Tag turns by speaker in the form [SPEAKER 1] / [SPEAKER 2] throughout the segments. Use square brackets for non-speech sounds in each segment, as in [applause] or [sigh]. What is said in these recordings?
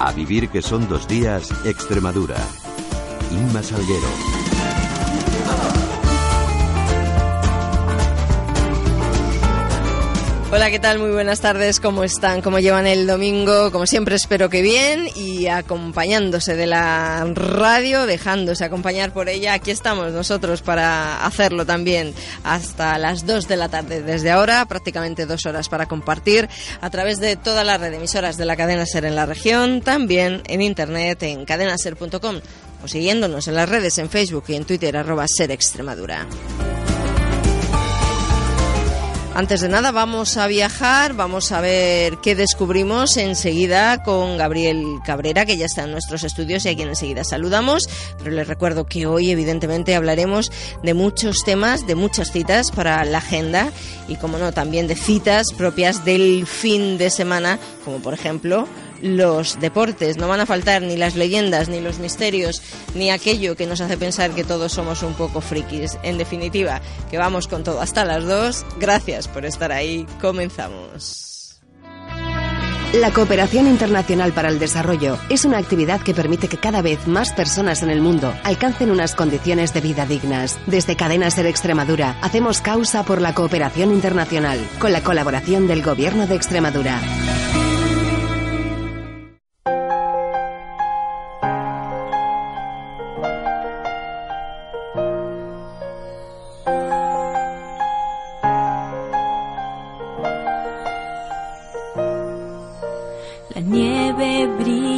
[SPEAKER 1] A vivir que son dos días, Extremadura. Inma Salguero.
[SPEAKER 2] Hola, ¿qué tal? Muy buenas tardes. ¿Cómo están? ¿Cómo llevan el domingo? Como siempre, espero que bien y acompañándose de la radio, dejándose acompañar por ella. Aquí estamos nosotros para hacerlo también hasta las 2 de la tarde. Desde ahora, prácticamente dos horas para compartir a través de toda la red de emisoras de la cadena Ser en la región, también en internet en cadenaser.com o siguiéndonos en las redes en Facebook y en Twitter arroba Ser Extremadura. Antes de nada vamos a viajar, vamos a ver qué descubrimos enseguida con Gabriel Cabrera, que ya está en nuestros estudios y a quien enseguida saludamos. Pero les recuerdo que hoy evidentemente hablaremos de muchos temas, de muchas citas para la agenda y, como no, también de citas propias del fin de semana, como por ejemplo los deportes. No van a faltar ni las leyendas, ni los misterios, ni aquello que nos hace pensar que todos somos un poco frikis. En definitiva, que vamos con todo hasta las dos. Gracias por estar ahí. Comenzamos.
[SPEAKER 3] La cooperación internacional para el desarrollo es una actividad que permite que cada vez más personas en el mundo alcancen unas condiciones de vida dignas. Desde Cadena Ser Extremadura hacemos causa por la cooperación internacional con la colaboración del Gobierno de Extremadura.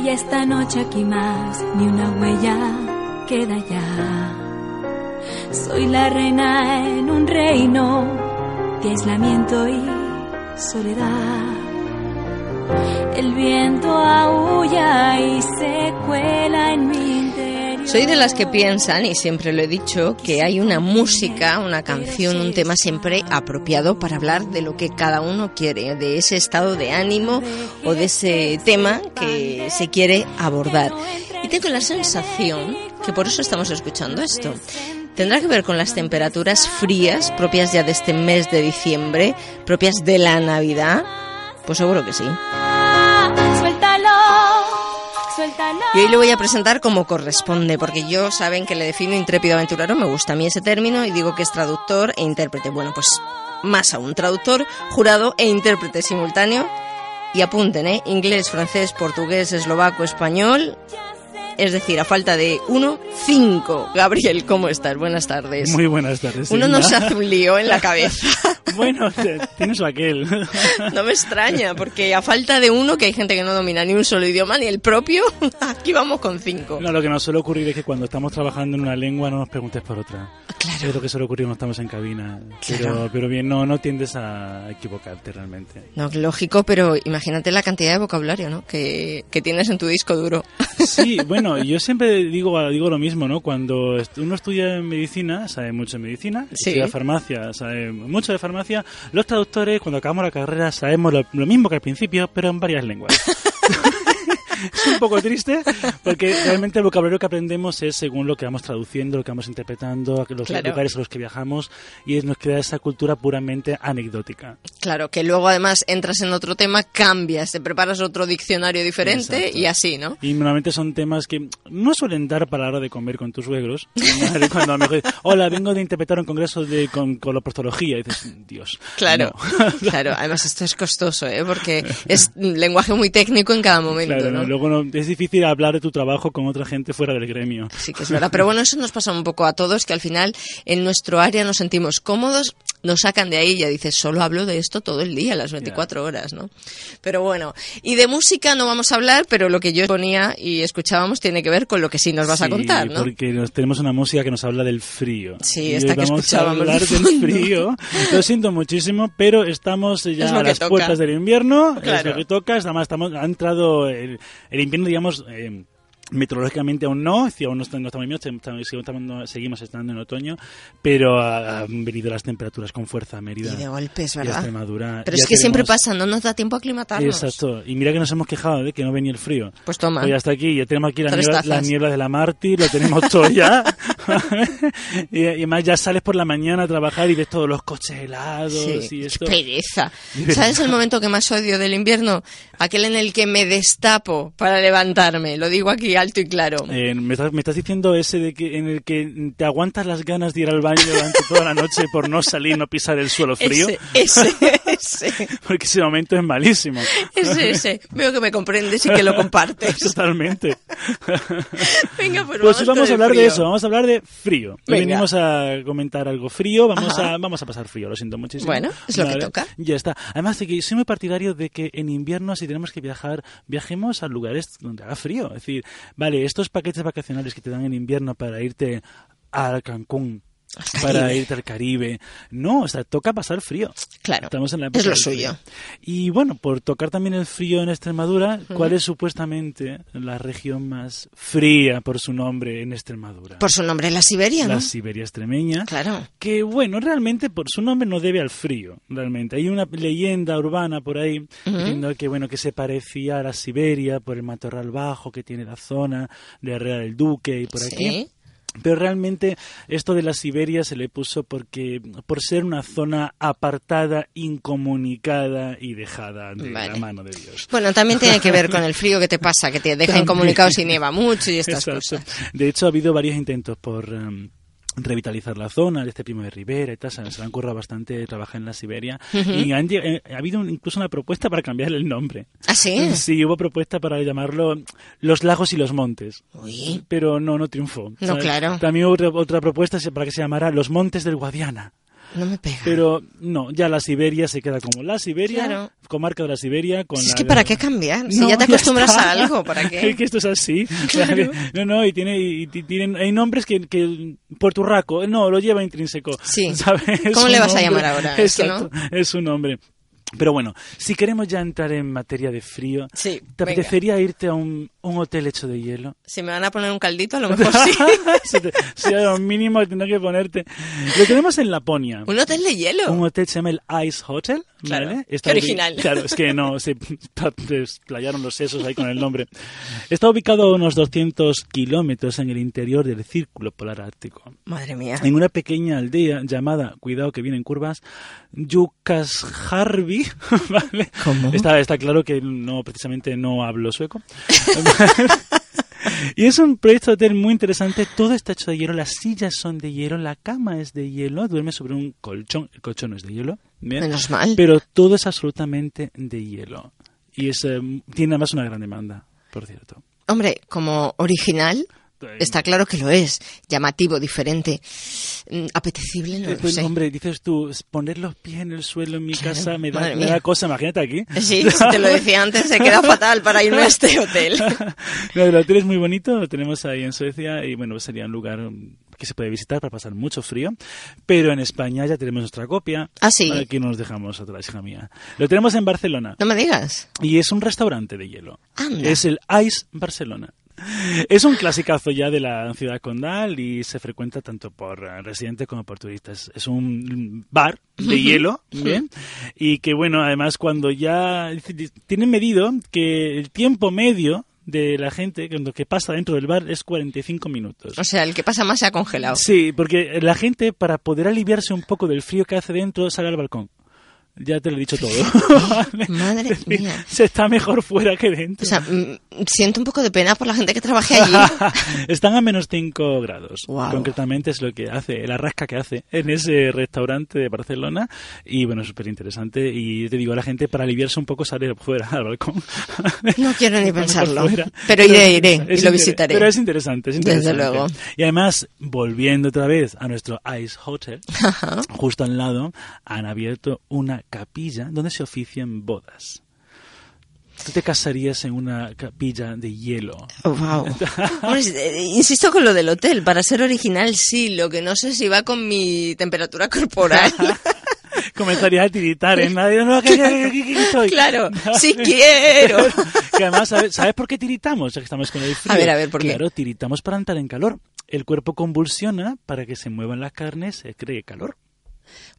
[SPEAKER 4] esta noche aquí más, ni una huella queda ya. Soy la reina en un reino de aislamiento y soledad. El viento aúlla y se cuela en mi interior.
[SPEAKER 2] Soy de las que piensan, y siempre lo he dicho, que hay una música, una canción, un tema siempre apropiado para hablar de lo que cada uno quiere, de ese estado de ánimo o de ese tema que se quiere abordar. Y tengo la sensación que por eso estamos escuchando esto. Tendrá que ver con las temperaturas frías propias ya de este mes de diciembre, propias de la Navidad. Pues seguro que sí. Y hoy lo voy a presentar como corresponde, porque yo saben que le defino intrépido aventurero, me gusta a mí ese término y digo que es traductor e intérprete. Bueno, pues más aún, traductor, jurado e intérprete simultáneo. Y apunten, ¿eh? Inglés, francés, portugués, eslovaco, español. Es decir, a falta de uno, cinco. Gabriel, ¿cómo estás? Buenas tardes.
[SPEAKER 5] Muy buenas tardes.
[SPEAKER 2] Uno nos hace un lío en la cabeza.
[SPEAKER 5] [laughs] Bueno, tienes
[SPEAKER 2] [laughs]
[SPEAKER 5] aquel.
[SPEAKER 2] No me extraña, porque a falta de uno, que hay gente que no domina ni un solo idioma, ni el propio, [laughs] aquí vamos con cinco.
[SPEAKER 5] No, lo que nos suele ocurrir es que cuando estamos trabajando en una lengua no nos preguntes por otra.
[SPEAKER 2] Claro.
[SPEAKER 5] Es lo que suele ocurrir cuando estamos en cabina.
[SPEAKER 2] Claro.
[SPEAKER 5] Pero, pero bien, no, no tiendes a equivocarte realmente.
[SPEAKER 2] No, lógico, pero imagínate la cantidad de vocabulario ¿no? que, que tienes en tu disco duro. [laughs]
[SPEAKER 5] Sí, bueno, yo siempre digo, digo lo mismo, ¿no? Cuando uno estudia en medicina, sabe mucho de medicina,
[SPEAKER 2] Sí.
[SPEAKER 5] estudia farmacia, sabe mucho de farmacia, los traductores, cuando acabamos la carrera, sabemos lo, lo mismo que al principio, pero en varias
[SPEAKER 2] [laughs]
[SPEAKER 5] lenguas. es un poco triste porque realmente el vocabulario que aprendemos es según lo que vamos traduciendo, lo que vamos interpretando, los
[SPEAKER 2] Claro.
[SPEAKER 5] lugares a los que viajamos y nos queda esa cultura puramente anecdótica.
[SPEAKER 2] Claro, que luego además entras en otro tema, cambias, te preparas otro diccionario diferente
[SPEAKER 5] Exacto.
[SPEAKER 2] y así, ¿no?
[SPEAKER 5] Y normalmente son temas que no suelen dar para la hora de comer con tus suegros. Cuando a lo mejor dices, hola, vengo de interpretar un congreso de con, con la postología. Y dices, Dios.
[SPEAKER 2] Claro,
[SPEAKER 5] no". [laughs]
[SPEAKER 2] claro. Además esto es costoso, ¿eh? Porque es un lenguaje muy técnico en cada momento,
[SPEAKER 5] Claro,
[SPEAKER 2] ¿no?
[SPEAKER 5] no, luego no, es difícil hablar de tu trabajo con otra gente fuera del gremio.
[SPEAKER 2] Sí, que es verdad. Pero bueno, eso nos pasa un poco a todos, que al final en nuestro área nos sentimos cómodos, nos sacan de ahí y ya dices, solo hablo de esto todo el día, las 24 horas, ¿no? Pero bueno, y de música no vamos a hablar, pero lo que yo ponía y escuchábamos tiene que ver con lo que sí nos vas a
[SPEAKER 5] Sí,
[SPEAKER 2] contar, ¿no?
[SPEAKER 5] porque nos, tenemos una música que nos habla del frío.
[SPEAKER 2] Sí,
[SPEAKER 5] Y
[SPEAKER 2] esta que
[SPEAKER 5] vamos
[SPEAKER 2] escuchábamos
[SPEAKER 5] a hablar
[SPEAKER 2] de
[SPEAKER 5] del
[SPEAKER 2] fondo.
[SPEAKER 5] frío. Lo siento muchísimo, pero estamos ya
[SPEAKER 2] Es lo
[SPEAKER 5] a
[SPEAKER 2] que
[SPEAKER 5] las
[SPEAKER 2] toca.
[SPEAKER 5] puertas del invierno. Es
[SPEAKER 2] Claro.
[SPEAKER 5] lo que toca. es- Además, estamos, ha entrado el, el invierno, digamos... eh, Meteorológicamente aún no, es decir, aún no está- no estamos en invierno, estamos- seguimos estando- seguimos estando en otoño, pero ah, han venido las temperaturas con fuerza a Mérida
[SPEAKER 2] Y de golpes,
[SPEAKER 5] y a
[SPEAKER 2] ¿verdad?
[SPEAKER 5] Extremadura.
[SPEAKER 2] Pero
[SPEAKER 5] Ya
[SPEAKER 2] es que siempre
[SPEAKER 5] tenemos-
[SPEAKER 2] pasa, no nos da tiempo a aclimatarnos.
[SPEAKER 5] Exacto, y mira que nos hemos quejado de que no venía el frío.
[SPEAKER 2] Pues toma.
[SPEAKER 5] Pues ya está aquí, ya tenemos aquí la
[SPEAKER 2] Tres
[SPEAKER 5] niebla,
[SPEAKER 2] tazas.
[SPEAKER 5] la niebla de la Mártir, lo tenemos todo ya. [laughs] y, y además ya sales por la mañana a trabajar y ves todos los coches helados
[SPEAKER 2] Sí,
[SPEAKER 5] y
[SPEAKER 2] qué
[SPEAKER 5] esto.
[SPEAKER 2] pereza. ¿Sabes el momento que más odio del invierno? Aquel en el que me destapo para levantarme. Lo digo aquí alto y claro.
[SPEAKER 5] Eh, me, estás, me estás diciendo ese de que en el que te aguantas las ganas de ir al baño durante toda la noche por no salir, no pisar el suelo frío,
[SPEAKER 2] Ese, [laughs] ese, ese,
[SPEAKER 5] [laughs] porque ese momento es malísimo.
[SPEAKER 2] ese, ese. Veo que me comprendes y que lo compartes. [laughs]
[SPEAKER 5] [laughs] Totalmente.
[SPEAKER 2] Venga, pues,
[SPEAKER 5] Pues
[SPEAKER 2] vamos,
[SPEAKER 5] hoy vamos
[SPEAKER 2] con
[SPEAKER 5] a
[SPEAKER 2] el
[SPEAKER 5] hablar de
[SPEAKER 2] frío.
[SPEAKER 5] eso, vamos a hablar de frío. Hoy
[SPEAKER 2] Venga.
[SPEAKER 5] venimos a comentar algo frío, vamos
[SPEAKER 2] Ajá.
[SPEAKER 5] a, vamos a pasar frío, lo siento muchísimo.
[SPEAKER 2] Bueno, es lo que
[SPEAKER 5] Vale,
[SPEAKER 2] toca.
[SPEAKER 5] Ya está. Además de que soy muy partidario de que en invierno, si tenemos que viajar, viajemos a lugares donde haga frío. Es decir, vale, estos paquetes vacacionales que te dan en invierno para irte al Cancún, para irte al Caribe. No, o sea, toca pasar frío.
[SPEAKER 2] Claro.
[SPEAKER 5] Estamos en la
[SPEAKER 2] Es
[SPEAKER 5] época
[SPEAKER 2] lo
[SPEAKER 5] del
[SPEAKER 2] suyo.
[SPEAKER 5] frío. Y bueno, por tocar también el frío en Extremadura, ¿cuál es supuestamente la región más fría por su nombre en Extremadura?
[SPEAKER 2] Por su nombre, la Siberia, ¿no?
[SPEAKER 5] La Siberia extremeña.
[SPEAKER 2] Claro.
[SPEAKER 5] Que bueno, realmente por su nombre no debe al frío, realmente. Hay una leyenda urbana por ahí diciendo que bueno que se parecía a la Siberia por el matorral bajo que tiene la zona de Herrera del Duque y por
[SPEAKER 2] Sí.
[SPEAKER 5] aquí. Pero realmente esto de la Siberia se le puso porque por ser una zona apartada, incomunicada y dejada de la
[SPEAKER 2] Vale.
[SPEAKER 5] mano de Dios.
[SPEAKER 2] Bueno, también tiene que ver con el frío que te pasa, que te deja
[SPEAKER 5] También.
[SPEAKER 2] incomunicado si nieva mucho y estas
[SPEAKER 5] Exacto.
[SPEAKER 2] cosas.
[SPEAKER 5] De hecho, ha habido varios intentos por em, revitalizar la zona, este primo de Rivera y tal, se, se le han currado bastante trabajar en la Siberia. Y han lle- eh, ha habido un- incluso una propuesta para cambiarle el nombre.
[SPEAKER 2] ¿Ah, sí?
[SPEAKER 5] Sí, hubo propuesta para llamarlo Los Lagos y los Montes.
[SPEAKER 2] Uy.
[SPEAKER 5] Pero no, no triunfó.
[SPEAKER 2] No, claro.
[SPEAKER 5] También hubo otra, otra propuesta para que se llamara Los Montes del Guadiana.
[SPEAKER 2] No me pega.
[SPEAKER 5] Pero no, ya la Siberia se queda como la Siberia,
[SPEAKER 2] Claro.
[SPEAKER 5] comarca de la Siberia. Con
[SPEAKER 2] Si es
[SPEAKER 5] la-
[SPEAKER 2] que ¿para qué cambiar? Si
[SPEAKER 5] No,
[SPEAKER 2] ya te acostumbras
[SPEAKER 5] está.
[SPEAKER 2] a algo, ¿para
[SPEAKER 5] [laughs]
[SPEAKER 2] qué?
[SPEAKER 5] Es que esto
[SPEAKER 2] [laughs]
[SPEAKER 5] es así. No, no, y tiene, y ti- tienen, hay nombres que, que por turraco, no, lo lleva intrínseco.
[SPEAKER 2] Sí.
[SPEAKER 5] [laughs] ¿sabes? Es
[SPEAKER 2] ¿Cómo
[SPEAKER 5] un
[SPEAKER 2] le vas a
[SPEAKER 5] nombre.
[SPEAKER 2] llamar ahora? Es que
[SPEAKER 5] Exacto, es un nombre. Pero bueno, si queremos ya entrar en materia de frío,
[SPEAKER 2] Sí,
[SPEAKER 5] ¿te
[SPEAKER 2] venga.
[SPEAKER 5] apetecería irte a un, un hotel hecho de hielo?
[SPEAKER 2] Si me van a poner un caldito, a lo mejor Pues sí.
[SPEAKER 5] [laughs] Si te- si a lo mínimo tendrás que ponerte. Lo tenemos en Laponia.
[SPEAKER 2] Un hotel de hielo.
[SPEAKER 5] Un hotel se llama el Ice Hotel.
[SPEAKER 2] Claro,
[SPEAKER 5] ¿vale?
[SPEAKER 2] qué
[SPEAKER 5] ubi-
[SPEAKER 2] original.
[SPEAKER 5] [laughs] Claro, es que no, se desplayaron los sesos ahí con el nombre. Está ubicado a unos 200 kilómetros en el interior del Círculo Polar Ártico,
[SPEAKER 2] Madre mía.
[SPEAKER 5] en una pequeña aldea llamada, cuidado que vienen curvas, Yukasharvi. [laughs] ¿vale? Está, está claro que no, precisamente no hablo sueco. Y es un proyecto de hotel muy interesante. Todo está hecho de hielo, las sillas son de hielo, la cama es de hielo, duerme sobre un colchón. El colchón no es de hielo, bien,
[SPEAKER 2] Menos mal.
[SPEAKER 5] pero todo es absolutamente de hielo. Y es, eh, tiene además una gran demanda, por cierto.
[SPEAKER 2] Hombre, como original, está claro que lo es. Llamativo, diferente. Mm, Apetecible, no
[SPEAKER 5] Eh,
[SPEAKER 2] lo
[SPEAKER 5] pues,
[SPEAKER 2] sé.
[SPEAKER 5] Hombre, dices tú, es poner los pies en el suelo en mi casa me da,
[SPEAKER 2] madre
[SPEAKER 5] me da
[SPEAKER 2] mía.
[SPEAKER 5] cosa, imagínate aquí.
[SPEAKER 2] Sí, si te lo
[SPEAKER 5] [laughs]
[SPEAKER 2] decía antes, se queda fatal para irme a este hotel.
[SPEAKER 5] No, el hotel es muy bonito, lo tenemos ahí en Suecia y bueno, sería un lugar um, que se puede visitar para pasar mucho frío, pero en España ya tenemos nuestra copia.
[SPEAKER 2] Ah, sí.
[SPEAKER 5] Aquí nos dejamos atrás, hija mía. Lo tenemos en Barcelona
[SPEAKER 2] No me digas.
[SPEAKER 5] y es un restaurante de hielo.
[SPEAKER 2] Anda.
[SPEAKER 5] Es el Ice Barcelona. Es un clasicazo ya de la ciudad condal y se frecuenta tanto por eh, residentes como por turistas. Es un bar de hielo, ¿bien? Y que bueno, además cuando ya tienen medido que el tiempo medio de la gente cuando que pasa dentro del bar es 45 minutos.
[SPEAKER 2] O sea, el que pasa más se ha congelado.
[SPEAKER 5] Sí, porque la gente para poder aliviarse un poco del frío que hace dentro sale al balcón. ya te lo he dicho todo.
[SPEAKER 2] Fíjate, [laughs]
[SPEAKER 5] [laughs]
[SPEAKER 2] madre
[SPEAKER 5] Es decir,
[SPEAKER 2] mía.
[SPEAKER 5] Se está mejor fuera que dentro.
[SPEAKER 2] O sea, mm, siento un poco de pena por la gente que trabaja allí.
[SPEAKER 5] [laughs] Están a menos 5 grados.
[SPEAKER 2] Guau.
[SPEAKER 5] Concretamente es lo que hace, la rasca que hace en ese restaurante de Barcelona. Y bueno, súper interesante. Y te digo, la gente para aliviarse un poco sale fuera al balcón.
[SPEAKER 2] No
[SPEAKER 5] [laughs]
[SPEAKER 2] quiero ni
[SPEAKER 5] Por
[SPEAKER 2] pensarlo.
[SPEAKER 5] fuera.
[SPEAKER 2] Pero iré, iré y
[SPEAKER 5] es
[SPEAKER 2] lo
[SPEAKER 5] inter-
[SPEAKER 2] visitaré.
[SPEAKER 5] Pero es interesante, es
[SPEAKER 2] Desde
[SPEAKER 5] interesante.
[SPEAKER 2] luego.
[SPEAKER 5] Y además, volviendo otra vez a nuestro Ice Hotel, justo al lado han abierto una capilla donde se ofician bodas. Tú te casarías en una capilla de hielo.
[SPEAKER 2] Oh, wow. Hombre, eh, insisto con lo del hotel. Para ser original, sí. Lo que no sé si va con mi temperatura corporal.
[SPEAKER 5] Comenzarías a tiritar, ¿eh? Nadie, no, que, que- que- que- que
[SPEAKER 2] [laughs]
[SPEAKER 5] estoy. [laughs]
[SPEAKER 2] claro, sí quiero.
[SPEAKER 5] que además, ¿sabes, sabes por qué tiritamos? Ya que estamos con el frío.
[SPEAKER 2] A ver, a ver, ¿por qué?
[SPEAKER 5] Claro, tiritamos para entrar en calor. El cuerpo convulsiona para que se muevan las carnes, se cree calor.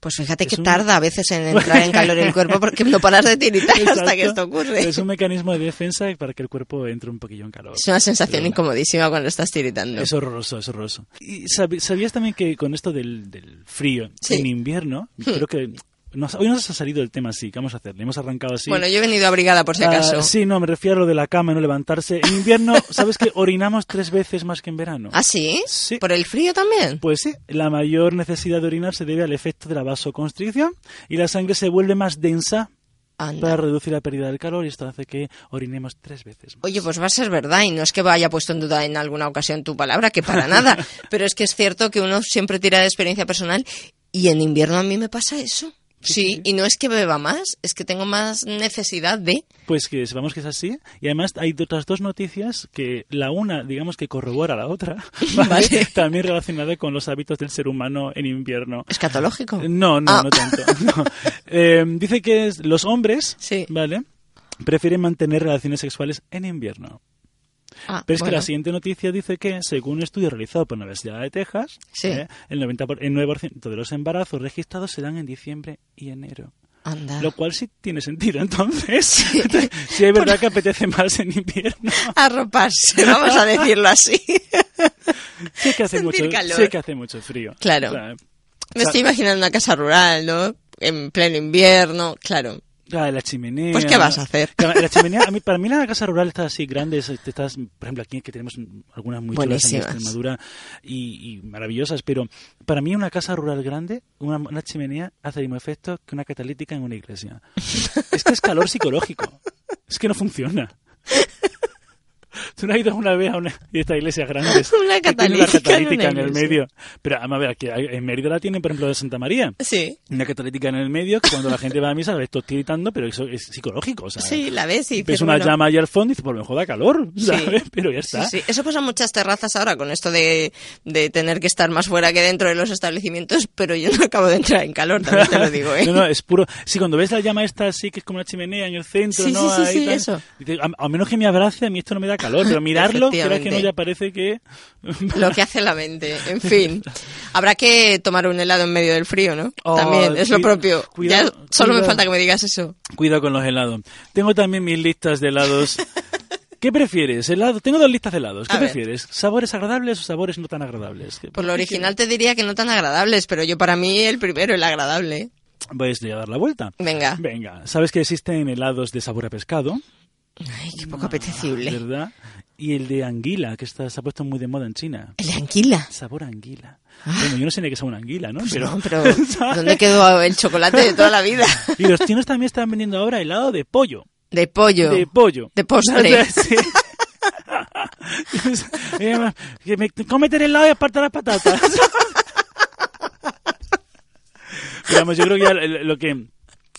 [SPEAKER 2] Pues fíjate
[SPEAKER 5] Es
[SPEAKER 2] que
[SPEAKER 5] un-
[SPEAKER 2] tarda a veces
[SPEAKER 5] [laughs]
[SPEAKER 2] en entrar en calor el cuerpo porque no paras de tiritar hasta que
[SPEAKER 5] Exacto.
[SPEAKER 2] esto ocurre.
[SPEAKER 5] Es un mecanismo de defensa para que el cuerpo entre un poquillo en calor.
[SPEAKER 2] Es una sensación
[SPEAKER 5] Pero-
[SPEAKER 2] incomodísima cuando estás tiritando.
[SPEAKER 5] Es horroroso, es horroroso. Y sabi- sabías también que con esto del, del frío
[SPEAKER 2] Sí. Hmm.
[SPEAKER 5] en invierno, creo que nos- hoy nos ha salido el tema así, ¿qué vamos a hacer? Le hemos arrancado así.
[SPEAKER 2] Bueno, yo he venido abrigada por si
[SPEAKER 5] Ah,
[SPEAKER 2] acaso.
[SPEAKER 5] sí, no, me refiero a lo de la cama, y no levantarse.
[SPEAKER 2] [laughs]
[SPEAKER 5] En invierno, ¿sabes que orinamos tres veces más que en verano?
[SPEAKER 2] ¿Ah, sí?
[SPEAKER 5] Sí.
[SPEAKER 2] ¿Por el frío también?
[SPEAKER 5] Pues sí, la mayor necesidad de orinar se debe al efecto de la vasoconstricción y la sangre se vuelve más densa
[SPEAKER 2] Anda.
[SPEAKER 5] para reducir la pérdida del calor y esto hace que orinemos tres veces más.
[SPEAKER 2] Oye, pues va a ser verdad, y no es que vaya puesto en duda en alguna ocasión tu palabra, que para
[SPEAKER 5] [laughs]
[SPEAKER 2] nada, pero es que es cierto que uno siempre tira de experiencia personal y en invierno a mí me pasa eso. Sí, y no es que beba más, es que tengo más necesidad de...
[SPEAKER 5] Pues que sepamos que es así. Y además hay otras dos noticias que la una, digamos que corrobora la otra, [laughs] ¿vale?
[SPEAKER 2] Vale.
[SPEAKER 5] también relacionada con los hábitos del ser humano en invierno.
[SPEAKER 2] Escatológico.
[SPEAKER 5] Eh, No, no,
[SPEAKER 2] Ah.
[SPEAKER 5] no tanto. [laughs] no. Eh, dice que es- los hombres,
[SPEAKER 2] Sí.
[SPEAKER 5] ¿vale? Prefieren mantener relaciones sexuales en invierno.
[SPEAKER 2] Ah,
[SPEAKER 5] Pero es que
[SPEAKER 2] bueno.
[SPEAKER 5] la siguiente noticia dice que, según un estudio realizado por la Universidad de Texas,
[SPEAKER 2] Sí.
[SPEAKER 5] ¿eh? el, 90 por- el 9% de los embarazos registrados se dan en diciembre y enero.
[SPEAKER 2] Anda.
[SPEAKER 5] Lo cual sí tiene sentido, [laughs] entonces. Sí, es verdad que apetece más en
[SPEAKER 2] [laughs]
[SPEAKER 5] invierno.
[SPEAKER 2] Arroparse, vamos a decirlo
[SPEAKER 5] [laughs]
[SPEAKER 2] así.
[SPEAKER 5] Sí que hace,
[SPEAKER 2] Sentir
[SPEAKER 5] mucho,
[SPEAKER 2] calor.
[SPEAKER 5] sí que hace mucho frío.
[SPEAKER 2] Claro.
[SPEAKER 5] O sea,
[SPEAKER 2] Me estoy imaginando una casa rural, ¿no? En pleno invierno, claro.
[SPEAKER 5] Ah, la chimenea.
[SPEAKER 2] Pues, ¿qué vas a hacer?
[SPEAKER 5] Claro, La chimenea, a mí, para mí la casa rural está así grande, es- este, estás, por ejemplo, aquí que tenemos algunas muy chulas en
[SPEAKER 2] Buenísimas.
[SPEAKER 5] Extremadura y, y maravillosas, pero para mí una casa rural grande, una, una chimenea hace el mismo efecto que una catalítica en una iglesia.
[SPEAKER 2] [laughs]
[SPEAKER 5] Es que es calor psicológico, es que no funciona. Tú no has ido una vez a una de estas iglesias grandes.
[SPEAKER 2] [laughs] Una
[SPEAKER 5] que tiene
[SPEAKER 2] catalítica en
[SPEAKER 5] catalítica en,
[SPEAKER 2] una
[SPEAKER 5] el
[SPEAKER 2] iglesia.
[SPEAKER 5] medio. Pero a ver, aquí hay- en Mérida la tienen, por ejemplo, de Santa María
[SPEAKER 2] Sí.
[SPEAKER 5] una catalítica en el medio que cuando la gente va a misa la estoy tiritando, pero eso es psicológico. O sea,
[SPEAKER 2] Sí, la ves y
[SPEAKER 5] ves
[SPEAKER 2] dices,
[SPEAKER 5] una
[SPEAKER 2] bueno.
[SPEAKER 5] llama ahí al fondo y dices, por lo mejor da calor,
[SPEAKER 2] Sí.
[SPEAKER 5] ¿sabes? Pero ya está.
[SPEAKER 2] Sí, sí. Eso pasa en muchas terrazas ahora con esto de, de tener que estar más fuera que dentro de los establecimientos, pero yo no acabo de entrar en calor, también te lo
[SPEAKER 5] [laughs]
[SPEAKER 2] digo, ¿eh?
[SPEAKER 5] No, no, es puro. Sí, cuando ves la llama esta así, que es como una chimenea en el centro,
[SPEAKER 2] Sí,
[SPEAKER 5] ¿no?
[SPEAKER 2] sí, sí,
[SPEAKER 5] Ahí
[SPEAKER 2] sí,
[SPEAKER 5] tal.
[SPEAKER 2] eso.
[SPEAKER 5] Dices, a, a menos que me abrace, a mí esto no me da calor,
[SPEAKER 2] [laughs]
[SPEAKER 5] pero mirarlo, creas que no,
[SPEAKER 2] Efectivamente.
[SPEAKER 5] ya parece que. [laughs]
[SPEAKER 2] Lo que hace la mente, en fin. Habrá que tomar un helado en medio del frío, ¿no?
[SPEAKER 5] Oh,
[SPEAKER 2] También, es lo
[SPEAKER 5] cuida-
[SPEAKER 2] propio.
[SPEAKER 5] cuidado,
[SPEAKER 2] ya solo me
[SPEAKER 5] cuidado.
[SPEAKER 2] falta que me digas eso.
[SPEAKER 5] Cuidado con los helados. Tengo también mis listas de
[SPEAKER 2] [laughs]
[SPEAKER 5] helados. ¿Qué prefieres? Helado. Tengo dos listas de helados. ¿Qué
[SPEAKER 2] A ver.
[SPEAKER 5] prefieres? ¿Sabores agradables o sabores no tan agradables?
[SPEAKER 2] Por lo original te diría que no tan agradables, pero yo para mí el primero, el agradable. ¿eh?
[SPEAKER 5] Pues te voy a dar la vuelta.
[SPEAKER 2] Venga.
[SPEAKER 5] Venga, sabes que existen helados de sabor a pescado,
[SPEAKER 2] Ay, qué poco apetecible.
[SPEAKER 5] ¿verdad? Y el de anguila, que está, se ha puesto muy de moda en China.
[SPEAKER 2] El de anguila.
[SPEAKER 5] Sabor a anguila. Bueno, yo no sé ni qué es una anguila, ¿no?
[SPEAKER 2] Ah. Pues
[SPEAKER 5] [laughs]
[SPEAKER 2] No, pero ¿dónde quedó el chocolate de toda la vida?
[SPEAKER 5] Y los chinos también están vendiendo ahora helado de pollo.
[SPEAKER 2] De pollo.
[SPEAKER 5] De pollo.
[SPEAKER 2] De
[SPEAKER 5] [laughs]
[SPEAKER 2] postre.
[SPEAKER 5] Sí. Eh, que me- Cómete el helado y aparta las patatas. [laughs] Pero vamos, yo creo que ya lo lo que...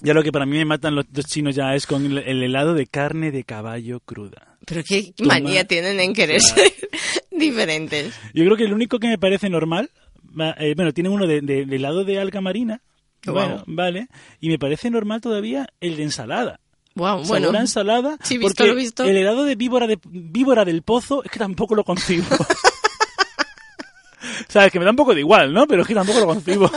[SPEAKER 5] Ya lo que para mí me matan los, los chinos ya es con el- el helado de carne de caballo cruda.
[SPEAKER 2] Pero qué
[SPEAKER 5] Toma.
[SPEAKER 2] manía tienen en querer
[SPEAKER 5] Claro.
[SPEAKER 2] ser [laughs] diferentes.
[SPEAKER 5] Yo creo que el único que me parece normal, va- eh, bueno, tienen uno de, de- de helado de alga marina,
[SPEAKER 2] Qué
[SPEAKER 5] bueno,
[SPEAKER 2] guau.
[SPEAKER 5] vale, y me parece normal todavía el de ensalada.
[SPEAKER 2] Guau,
[SPEAKER 5] Bueno,
[SPEAKER 2] [laughs] bueno.
[SPEAKER 5] ensalada,
[SPEAKER 2] Sí, visto
[SPEAKER 5] porque
[SPEAKER 2] lo visto.
[SPEAKER 5] el helado de víbora, de víbora del pozo es que tampoco
[SPEAKER 2] [laughs]
[SPEAKER 5] lo concibo. Sabes que me da un poco de igual, ¿no? Pero es que tampoco
[SPEAKER 2] [laughs]
[SPEAKER 5] lo concibo.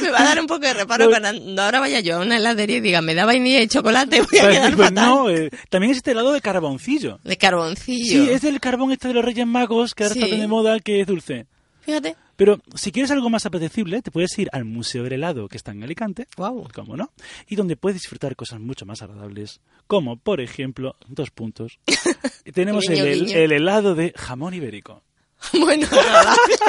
[SPEAKER 2] Me va a dar un poco de reparo
[SPEAKER 5] Pero-
[SPEAKER 2] cuando ahora vaya yo a una heladería y diga, me da vainilla y chocolate, voy a quedar
[SPEAKER 5] Pues
[SPEAKER 2] fatal.
[SPEAKER 5] no, eh, también existe helado de carboncillo.
[SPEAKER 2] De carboncillo.
[SPEAKER 5] Sí, es del carbón este de los Reyes Magos que ahora
[SPEAKER 2] Sí.
[SPEAKER 5] está tan de moda que es dulce.
[SPEAKER 2] Fíjate. [laughs]
[SPEAKER 5] Pero si quieres algo más apetecible, te puedes ir al Museo del Helado, que está en Alicante,
[SPEAKER 2] Guau.
[SPEAKER 5] ¿cómo no? Y donde puedes disfrutar cosas mucho más agradables, como, por ejemplo,
[SPEAKER 2] [laughs]
[SPEAKER 5] dos puntos. Tenemos
[SPEAKER 2] Guiño,
[SPEAKER 5] el,
[SPEAKER 2] guiño.
[SPEAKER 5] el helado de jamón ibérico.
[SPEAKER 2] Bueno, agradable.
[SPEAKER 5] [laughs]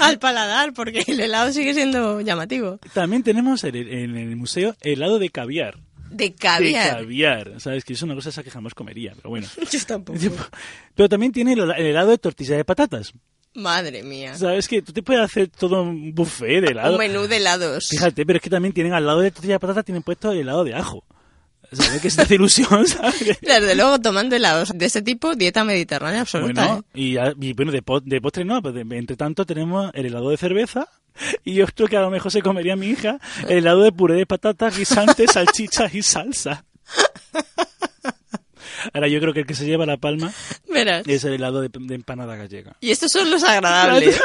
[SPEAKER 2] Al paladar, porque el helado sigue siendo llamativo.
[SPEAKER 5] También tenemos en el, en el museo helado de caviar.
[SPEAKER 2] De
[SPEAKER 5] De
[SPEAKER 2] caviar.
[SPEAKER 5] caviar, ¿sabes? Que es una cosa esa que jamás comería, pero bueno.
[SPEAKER 2] [laughs] Yo tampoco.
[SPEAKER 5] Pero también tiene el el helado de tortilla de patatas.
[SPEAKER 2] Madre mía.
[SPEAKER 5] ¿Sabes que Tú te puedes hacer todo un buffet de Pues, helado.
[SPEAKER 2] Un menú de helados.
[SPEAKER 5] Fíjate, pero es que también tienen al lado de tortilla de patata, tienen puesto el helado de ajo. ¿Sabes? Que es de ilusión, [laughs] ¿sabes?
[SPEAKER 2] Desde luego, tomando helados de ese tipo, dieta mediterránea absoluta.
[SPEAKER 5] Bueno,
[SPEAKER 2] ¿eh?
[SPEAKER 5] y, a- y bueno, de, po- de postre no, pero de- entre tanto tenemos el helado de cerveza [laughs] y otro que a lo mejor se comería mi hija, el helado de puré de patatas,
[SPEAKER 2] [laughs]
[SPEAKER 5] guisantes, salchichas y salsa. Ahora yo creo que el que se lleva la palma
[SPEAKER 2] Verás.
[SPEAKER 5] es el helado de, de empanada gallega.
[SPEAKER 2] Y estos son los [laughs]
[SPEAKER 5] [laughs]
[SPEAKER 2] agradables.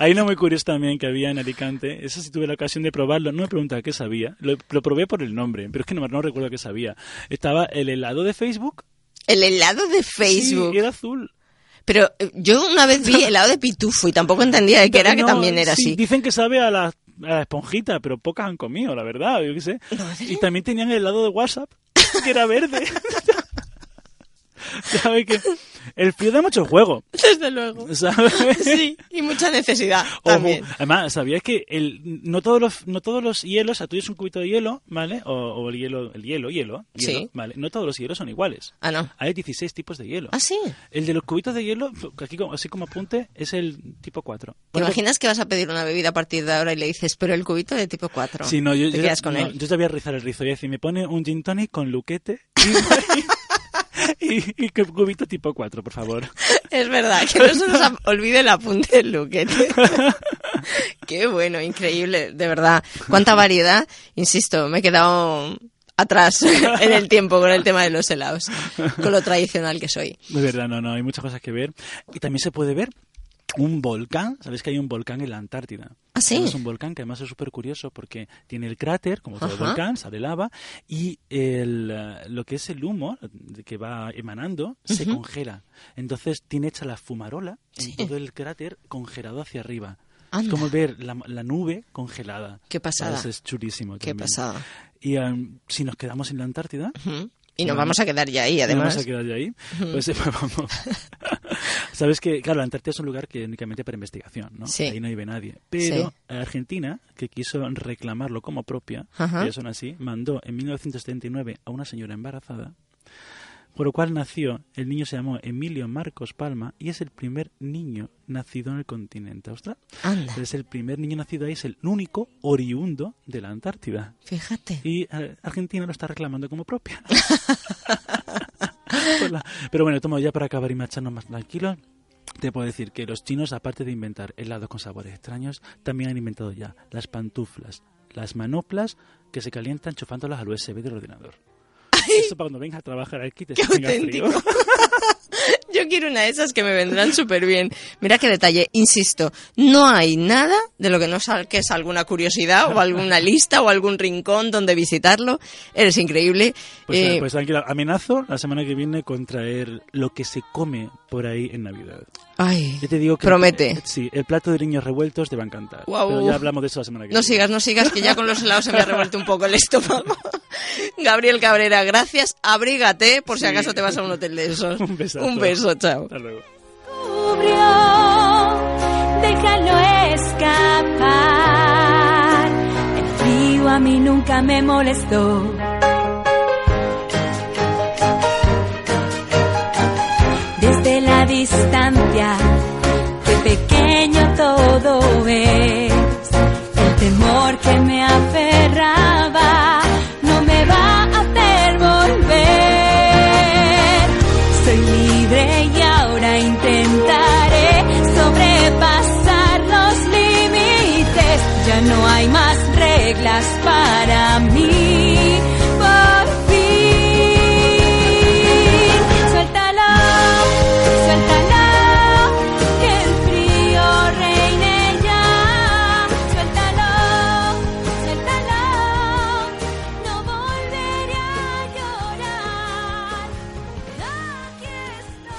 [SPEAKER 5] Hay uno muy curioso también que había en Alicante. Eso sí tuve la ocasión de probarlo. No me preguntaba qué sabía. Lo, lo probé por el nombre, pero es que no, no recuerdo qué sabía. Estaba el helado de Facebook.
[SPEAKER 2] El helado de
[SPEAKER 5] Sí,
[SPEAKER 2] Facebook.
[SPEAKER 5] era azul.
[SPEAKER 2] Pero eh, yo una vez vi helado de pitufo y tampoco entendía de qué era, que
[SPEAKER 5] No,
[SPEAKER 2] también era [laughs]
[SPEAKER 5] sí,
[SPEAKER 2] así.
[SPEAKER 5] Dicen que sabe a la, a la esponjita, pero pocas han comido, la verdad. Yo qué sé. Y también tenían el helado de WhatsApp, que era verde. [laughs] ¿Sabes qué? El frío da mucho juego,
[SPEAKER 2] Desde luego.
[SPEAKER 5] ¿sabes?
[SPEAKER 2] [laughs] Sí, y mucha necesidad
[SPEAKER 5] Ojo.
[SPEAKER 2] también.
[SPEAKER 5] Además, ¿sabías que el, no, todos los, no todos los hielos, o sea, tú tienes un cubito de hielo, ¿vale? O, o el hielo, el hielo, hielo,
[SPEAKER 2] Sí.
[SPEAKER 5] hielo, ¿vale? No todos los hielos son iguales.
[SPEAKER 2] Ah, no.
[SPEAKER 5] Hay 16 tipos de hielo.
[SPEAKER 2] Ah, sí.
[SPEAKER 5] El de los cubitos de hielo, aquí como- así como apunte, es el tipo 4.
[SPEAKER 2] ¿Te imaginas que vas a pedir una bebida a partir de ahora y le dices, pero el cubito de tipo 4?
[SPEAKER 5] Sí, no, yo,
[SPEAKER 2] Te
[SPEAKER 5] yo-
[SPEAKER 2] quedas con
[SPEAKER 5] no,
[SPEAKER 2] él.
[SPEAKER 5] yo te voy a rizar el rizo y decir, me pone un gin tonic con luquete
[SPEAKER 2] [laughs]
[SPEAKER 5] y, y, y cubito tipo 4, por favor.
[SPEAKER 2] Es verdad, que no se nos ap- olvide el apunte del
[SPEAKER 5] [laughs]
[SPEAKER 2] luquete. Qué bueno, increíble, de verdad. Cuánta variedad. Insisto, me he quedado atrás [laughs] en el tiempo con el tema de los helados, con lo tradicional que soy.
[SPEAKER 5] De verdad, no, no, hay muchas cosas que ver. Y también se puede ver un volcán, ¿sabéis que hay un volcán en la Antártida?
[SPEAKER 2] ¿Ah, sí?
[SPEAKER 5] Es un volcán que además es súper curioso porque tiene el cráter, como todo
[SPEAKER 2] Ajá.
[SPEAKER 5] volcán, sale lava, y el, eh, lo que es el humo que va emanando se congela. Entonces tiene hecha la fumarola
[SPEAKER 2] Sí.
[SPEAKER 5] en todo el cráter congelado hacia arriba.
[SPEAKER 2] Anda.
[SPEAKER 5] Es como ver la, la nube congelada.
[SPEAKER 2] Qué pasada.
[SPEAKER 5] ¿Sabes? Es chulísimo.
[SPEAKER 2] Qué
[SPEAKER 5] también.
[SPEAKER 2] pasada.
[SPEAKER 5] Y em, si nos quedamos en la Antártida,
[SPEAKER 2] Ujú. Mm. Y nos vamos a quedar ya ahí, además.
[SPEAKER 5] no vamos a quedar ya ahí. Pues, [laughs] eh, pues vamos. Sabes que, claro, la Antártida es un lugar que únicamente para investigación, ¿no?
[SPEAKER 2] Sí.
[SPEAKER 5] Ahí no vive nadie. Pero
[SPEAKER 2] Sí.
[SPEAKER 5] Argentina, que quiso reclamarlo como propia,
[SPEAKER 2] Ajá.
[SPEAKER 5] ellos son así, mandó en 1979 a una señora embarazada, por lo cual nació, el niño se llamó Emilio Marcos Palma y es el primer niño nacido en el continente austral.
[SPEAKER 2] Anda,
[SPEAKER 5] Es el primer niño nacido ahí, es el único oriundo de la Antártida.
[SPEAKER 2] fíjate.
[SPEAKER 5] Y eh, Argentina lo está reclamando como
[SPEAKER 2] [laughs]
[SPEAKER 5] propia. [laughs] Por la- Pero bueno, toma ya para acabar y marcharnos más tranquilos. Te puedo decir que los chinos, aparte de inventar helados con sabores extraños, también han inventado ya las pantuflas, las manoplas que se calientan enchufándolas al USB del ordenador. Eso para cuando vengas a trabajar aquí te
[SPEAKER 2] ¡Qué
[SPEAKER 5] tenga frío.
[SPEAKER 2] auténtico! Yo quiero una de esas que me vendrán súper bien. Mira qué detalle, insisto, no hay nada de lo que no salques alguna curiosidad o alguna lista o algún rincón donde visitarlo. Eres increíble.
[SPEAKER 5] [laughs] Pues,
[SPEAKER 2] Eh,
[SPEAKER 5] eh, pues tranquila, amenazo la semana que viene con traer lo que se come por ahí en Navidad.
[SPEAKER 2] ay,
[SPEAKER 5] Yo te digo que
[SPEAKER 2] promete.
[SPEAKER 5] sí, el plato de niños revueltos te va a encantar.
[SPEAKER 2] Guau.
[SPEAKER 5] Pero ya hablamos de eso la semana que viene.
[SPEAKER 2] No sigas, no sigas, que ya con los helados se me ha revuelto un poco el estómago. [laughs] Gabriel Cabrera, gracias. Abrígate por si
[SPEAKER 5] Sí.
[SPEAKER 2] acaso te vas a un hotel de esos.
[SPEAKER 5] [laughs] [laughs] Un besazo.
[SPEAKER 2] Un beso, chao.
[SPEAKER 5] Hasta luego.
[SPEAKER 4] descubrió, déjalo escapar. El frío a mí nunca me molestó. Desde la distancia, de pequeño todo es. El temor que me aferraba no me va a hacer volver. Soy libre y ahora intentaré sobrepasar los límites. Ya no hay más reglas para mí. Por fin, suéltalo, suéltalo, que el frío reine ya. Suéltalo, suéltalo, no volveré a llorar. Aquí está.